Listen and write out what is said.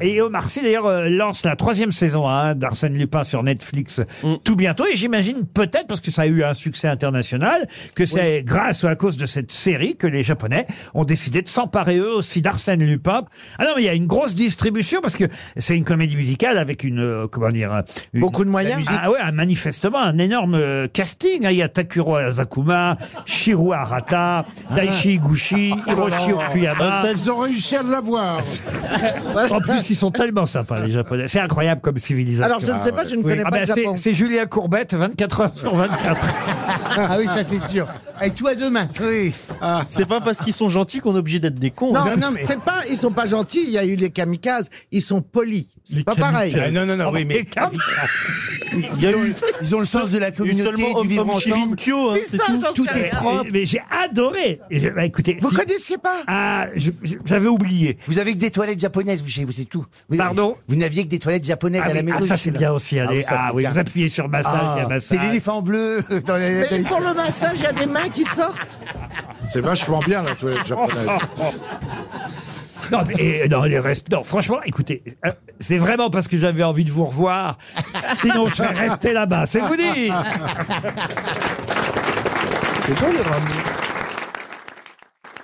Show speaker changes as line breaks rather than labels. Et Omar Sy, d'ailleurs, euh, lance la troisième saison hein, d'Arsène Lupin sur Netflix
Mm.
tout bientôt. Et j'imagine peut-être, parce que ça a eu un succès international, que c'est grâce ou à cause de cette série que les Japonais ont décidé de s'emparer eux aussi d'Arsène Lupin. Alors, il y a une grosse distribution, parce que c'est une comédie musicale avec une, euh, comment dire... euh, une-
Beaucoup de moyens.
la musique. Ah ouais, un- manifestement, un énorme euh, casting. hein. Il y a Takuro Azakuma, Shiru Arata,
Ah.
Daichi Iguchi,
Oh
Hiroshi
Ah,
Okuyama.
Elles ont réussi à l'avoir.
En plus, ils sont tellement sympas, les Japonais. C'est incroyable comme civilisation. Ah bah,
Alors, je ne sais pas, je ne connais pas le
ben, c'est-
Japon.
C'est Julien Courbette, 24 heures sur 24.
Ah oui, ça c'est sûr. Et toi demain. Ah,
C'est pas parce qu'ils sont gentils qu'on est obligé d'être des cons.
Non,
hein.
non, mais c'est pas, ils sont pas gentils, il y a eu les kamikazes, ils sont polis. C'est pas pareil.
Ah, non, non, non, oui, mais.
Ils ont, ils ont le sens de la communauté,
seulement
du
homme-
vivre
homme
ensemble.
Chirinkyo, hein,
C'est
c'est
ça,
tout.
j'en
Tout
sais
est
rien.
propre.
Mais j'ai adoré. Et je- bah, écoutez,
Vous
si-
connaissiez pas
Ah, je- je- j'avais oublié.
Vous avez que des toilettes japonaises, vous chez vous, c'est tout. Vous-
Pardon
Vous n'aviez que des toilettes japonaises
Ah,
à la
oui,
maison.
ah, ça
ici,
c'est
là.
bien aussi. allez.
oui, ça,
Ah
c'est
oui,
bien.
vous appuyez sur massage,
Ah,
il y a massage.
c'est l'éléphant bleu dans les.
Mais pour le massage, il y a des mains qui sortent.
C'est vachement bien, la toilette japonaise.
Non, mais, et, non, les restes. Non, franchement, écoutez, euh, c'est vraiment parce que j'avais envie de vous revoir. Sinon, je serais resté là-bas. C'est vous dire.
C'est bon, le